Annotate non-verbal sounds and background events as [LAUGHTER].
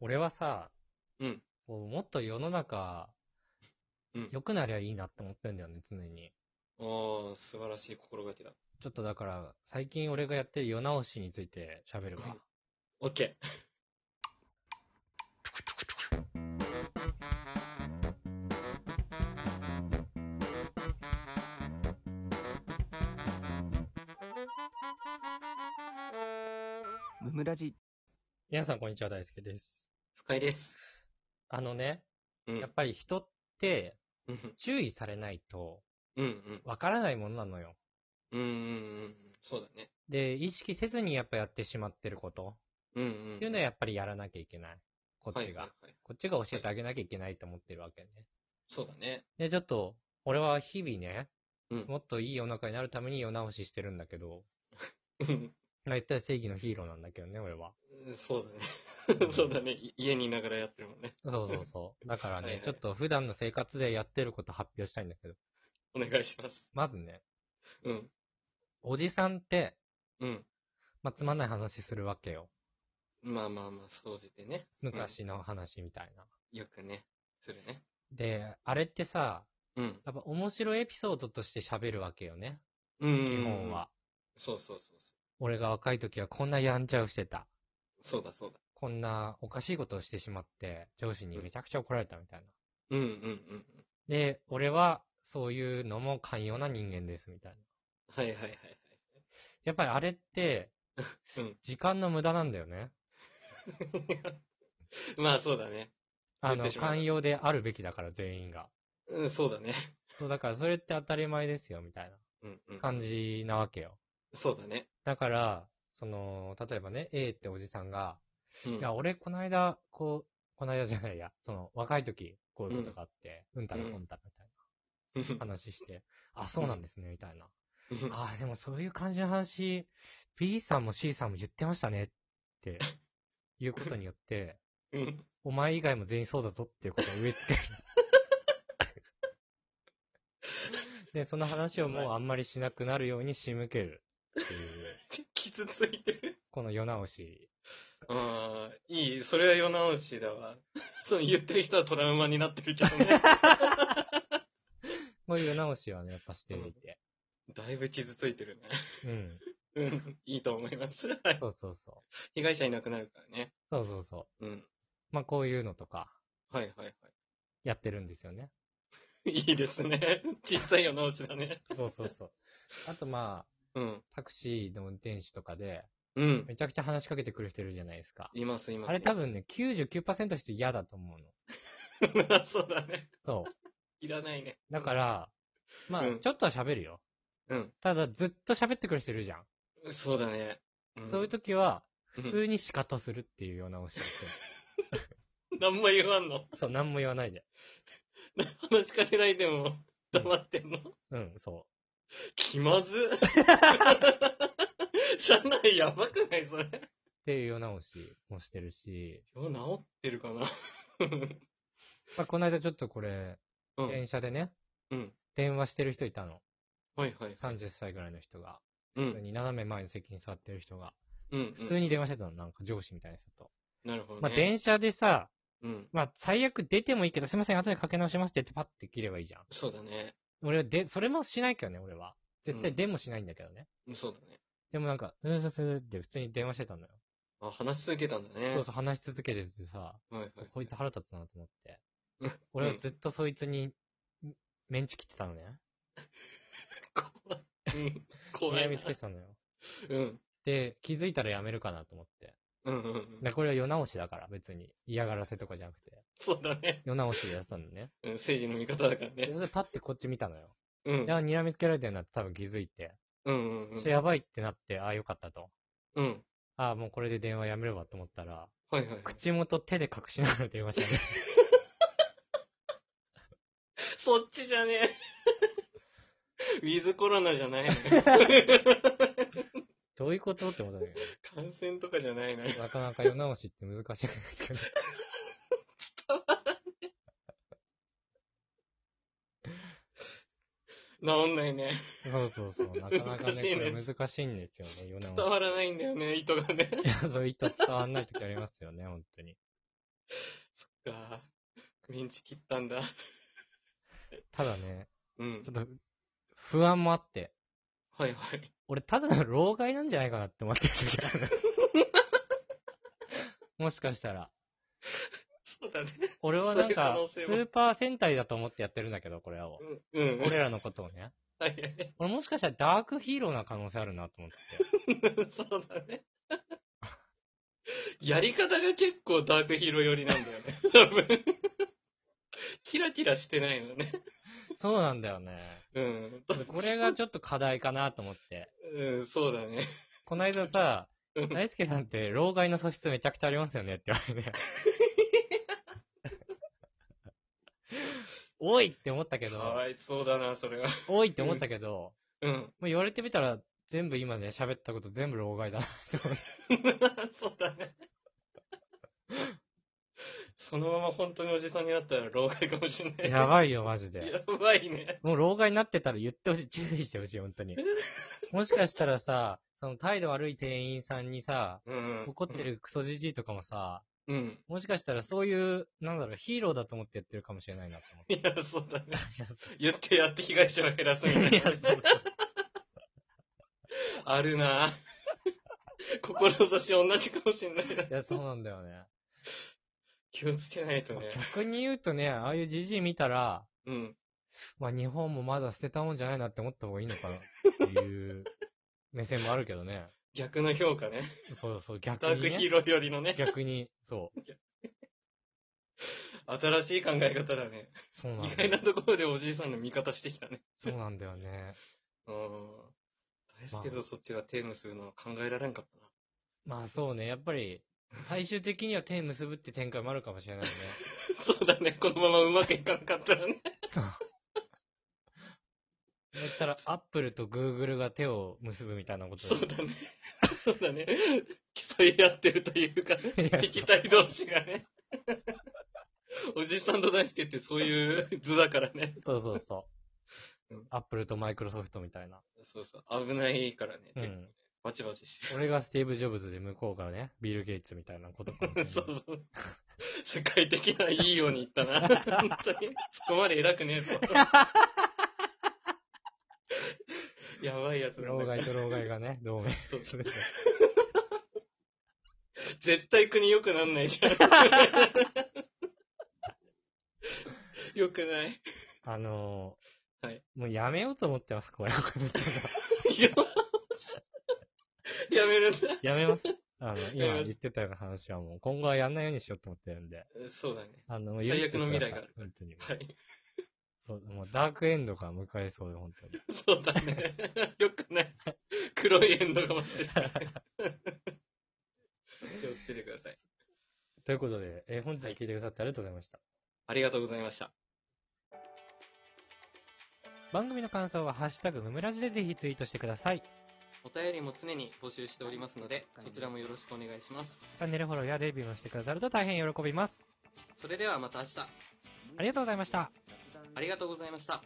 俺はさ、うん。こうもっと世の中うん、良くなりゃいいなって思ってんだよね、常に。おー、素晴らしい心がけだ。ちょっとだから、最近俺がやってる世直しについて喋るわ。オッケー。ムムラジ皆さん、こんにちは、大輔です。深井です。あのね、うんやっぱり人って [LAUGHS] うん。注意されないとうんうん。わからないものなのよ。うんうんうん。そうだね。で、意識せずにやっぱやってしまってることうんうん。っていうのはやっぱりやらなきゃいけない。こっはいちが。はいはい。こっちが教えてあげなきゃいけないと思ってるわけね。そうだね。で、ちょっと、俺は日々ね、うんもっといい世の中になるために世直ししてるんだけど、うんまあ言ったら正義のヒーローなんだけどね、俺は。そうだね。 [LAUGHS] そうだね。い家にいながらやってるもんね。そうそうそう。だからね、はいはいちょっと普段の生活でやってること発表したいんだけど、お願いします。まずね、うん。おじさんって、うん。まあ、つまんない話するわけよ。まあまあまあ、総じてね。昔の話みたいな。よくね。するね。で、あれってさ、うん。やっぱ面白いエピソードとして喋るわけよね、うんうんうん基本は。。そうそうそう俺が若い時はこんなやんちゃうしてた。そう。そうだそうだ。こんなおかしいことをしてしまって、上司にめちゃくちゃ怒られたみたいな。うんうんうんうん。で、俺はそういうのも寛容な人間ですみたいな。はいはいはいはい。やっぱりあれって、うん。時間の無駄なんだよね。まあそうだね。あ言っの、てしまう寛容であるべきだから、全員が。うん、そうだね。そう、だからそれって当たり前ですよ、みたいうんう。なん感じなわけよ。そうだね。だから、その、例えばね、A っておじさんが、うんいや、俺、この間、こう、この間じゃないや、その、若い時、こういうことがあって、うんたらこんたらみたいな話して、あ、そうなんですね、みたいな。あーでもそういう感じの話、B さんも C さんも言ってましたねっていうことによって、 [LAUGHS] うんお前以外も全員そうだぞっていうことを植え付け [LAUGHS] る。で、その話をもうあんまりしなくなるように仕向けるっていう、 [LAUGHS] 傷ついてる。この世直し。ああ、いい。それは世直しだわ。 [LAUGHS] その言ってる人はトラウマになってるけ [LAUGHS] どね。こういう世直しはね、やっぱしていて。だいぶ傷ついてるうん。ね。うん。いいと思 [LAUGHS] います。はいそうそうそう。被害者いなくなるからね。そうそうそう。うん。まあ、こういうのとか、はいはいはやってるんですよね。い。いいですね。 [LAUGHS] 小さい世直しだね。そうそうそう。あと、まうん。あ、タクシーの運転手とかで、うん。めちゃくちゃ話しかけてくる人いるじゃないですか。います、います。あれ多分ね、99%の人嫌だと思うの。います。 [LAUGHS] そうだね。そう。いらないね。だから、まあ [LAUGHS] う、んちょっとは喋るよ。うん。ただ、ずっと喋ってくる人いるじゃん。そうだね。んそういう時は、うん普通に仕方するっていうようなお仕事。 [LAUGHS] 何も言わんの。 [LAUGHS] そう、何も言わないで。話しかけないでも、黙ってんの。うん、そ気まず。 [LAUGHS] [LAUGHS] 社内やばくないそれ。う。っていうようなおしもしてるし、今日治ってるかなまあ、この間ちょっとこれ、うん。電車でね、うん。電話してる人いたの。はいはい。 30歳ぐらいの人が。う普通ん。に斜め前の席に座ってる人が。うん。普通に電話してたの、なんか上司みたいな人と。うん。なるほど、ね。まあ、電車でさ、うん。まあ、最悪出てもいいけど、すいません、後でかけ直しますって言ってパッて切ればいいじゃん。そうだね。俺はで、それもしないけどね、俺は。絶対でもしないんだけどね。うんそうだね。でもなんか、うーすーって普通に電話してたのよ。あ、話し続けたんだね。そうそう、話し続けててさ、はいはい。こいつ腹立つなと思ってうん。俺はずっとそいつに、メンチ切ってたのね。怖い。うん。 [LAUGHS] 怖睨いみな。つけてたのよ。うん。で、気づいたらやめるかなと思って。うんうんうん。で、これは世直しだから、別に。嫌がらせとかじゃなくて。そうだね。世直しでやってたのね。うん。正義の味方だからで、ね。それパッてこっち見たのよ。ういん。や、睨みつけられてるなって多分気づいて。うんうんうんそれ。やばいってなって、ああ、よかったと。うん。ああ、もうこれで電話やめればと思ったら、はい [LAUGHS] はいはい。口元手で隠しながら電話 [LAUGHS] してる。そっちじゃねえ。ウ [LAUGHS] ィズコロナじゃ [LAUGHS] ないのよ。どういうことってことだよね。感染とかじゃないのよ。なかなか世直しって難しいんですけど。治んないね。そうそう [LAUGHS] そう。なかなかね、難しいこねれ難しいんですよね、世伝直し。わらないんだよね、糸がね。 [LAUGHS] いや、そう、意図伝わんない時ありますよね、本当に。そっか。ミンチ切ったんだ。ただね、うんちょ。っと、不安もあって、はいはい。俺ただの老害なんじゃないかなって思ってる時あ [LAUGHS] る。もしかしたら。そうだね。俺はなんかそういう可、能ス性もーパー戦隊だと思ってやってるんだけど、これを。うん。うん。はい俺らのことをね。はい。俺もしかしたらダークヒーローな可能性あるなと思って。そうだね。やり方が結構ダークヒーロー寄りなんだよね。多分。キラキラしてないのね。そうなんだよね。うん。これがちょっと課題かなと思って。うん、そうだね。こないださうん、大輔さんって老害の素質めちゃくちゃありますよねって言われて。 [LAUGHS] 多いって思ったけかど、わいそうだな、それは。多いって思ったけど、うん。も [LAUGHS] う言われてみたら、全部今ね、喋ったこと全部老害だなって思って。そうだね。そのまま本当におじさんになったら老害かもしれない。やばいよ、マジで。やばいね。もう老害になってたら言ってほしい、注意してほしい、本当 [LAUGHS] に。もしかしたらさ、その態度悪い店員さんにさ、うん。怒って。るクソじじいとかもさ、うん。もしかしたらそういう、なんだろう、ヒーローだと思ってやってるかもしれないなと思っいや、そうだね。て。いやそう言ってやって被害者を減らすみたいや [LAUGHS] いそなう。そう。あるな。 [LAUGHS] 志同じかもしれないない [LAUGHS] や、そうなんだよね。気をつけないと [LAUGHS] ね。逆に言うとね、ああいうじじい見たら、うん。まあ日本もまだ捨てたもんじゃないなって思った方がいいのかなっていう目線もあるけどね。逆の評価ね。そうそう、逆ダーに、クヒね。ーローよりのね。逆に、そう。新しい考え方だね。そうなん意だ外なよ。ところでおじいさんの味方してきたね。そうなんだよね。うん。大輔とそっちがテームするのは考えられんかったな。まあそうね、やっぱり、最終的には手結ぶって展開もあるかもしれないね。 [LAUGHS] そうだね。このままうまくいかなかったらね。だったら、アップルとグーグルが手を結ぶみたいなことそうだね。 [LAUGHS] そうだね。競い合ってるという [LAUGHS] か、いや敵対同士がね。 [LAUGHS] おじさんと大輔ってそういう図だからね。そうそうそううん。アップルとマイクロソフトみたいな。そうそう。危ないからね。う結構ん。バチバチして俺がスティーブ・ジョブズで向こうがね、ビール・ゲイツみたいなことかもしれなる。い。 [LAUGHS] そうそう。世界的ないいようにいっ [LAUGHS] たな。本当に。そこまで偉くねえぞ。やばいやつだ老ね。害と老害が [LAUGHS] ね、同盟そうする。絶対国良くなんな [LAUGHS] いじゃん。良くない。 [LAUGHS] あのーはいもうやめようと思ってます、これ。 [LAUGHS] よしやめるんだ。やめます。あの、や今めます言ってたような話はもう、今後はやんないようにしようと思ってるんで。そうだね。あの、もう最悪の未許してくださ来いがある本当に。はい。そう、もうダークエンドが迎えそうで、本当に。 [LAUGHS] そうだね。よくない。黒いエンドが待ってる。 [LAUGHS] 気をつけてください。ということで、えー本日は聞いてくださってありがとうございました。ありがとうございました。番組の感想は、ハッシュタグムムラジでぜひツイートしてください。お便りも常に募集しておりますので、そちらもよろしくお願いします。チャンネルフォローやレビューもしてくださると大変喜びます。それではまた明日、ありがとうございましたありがとうございました。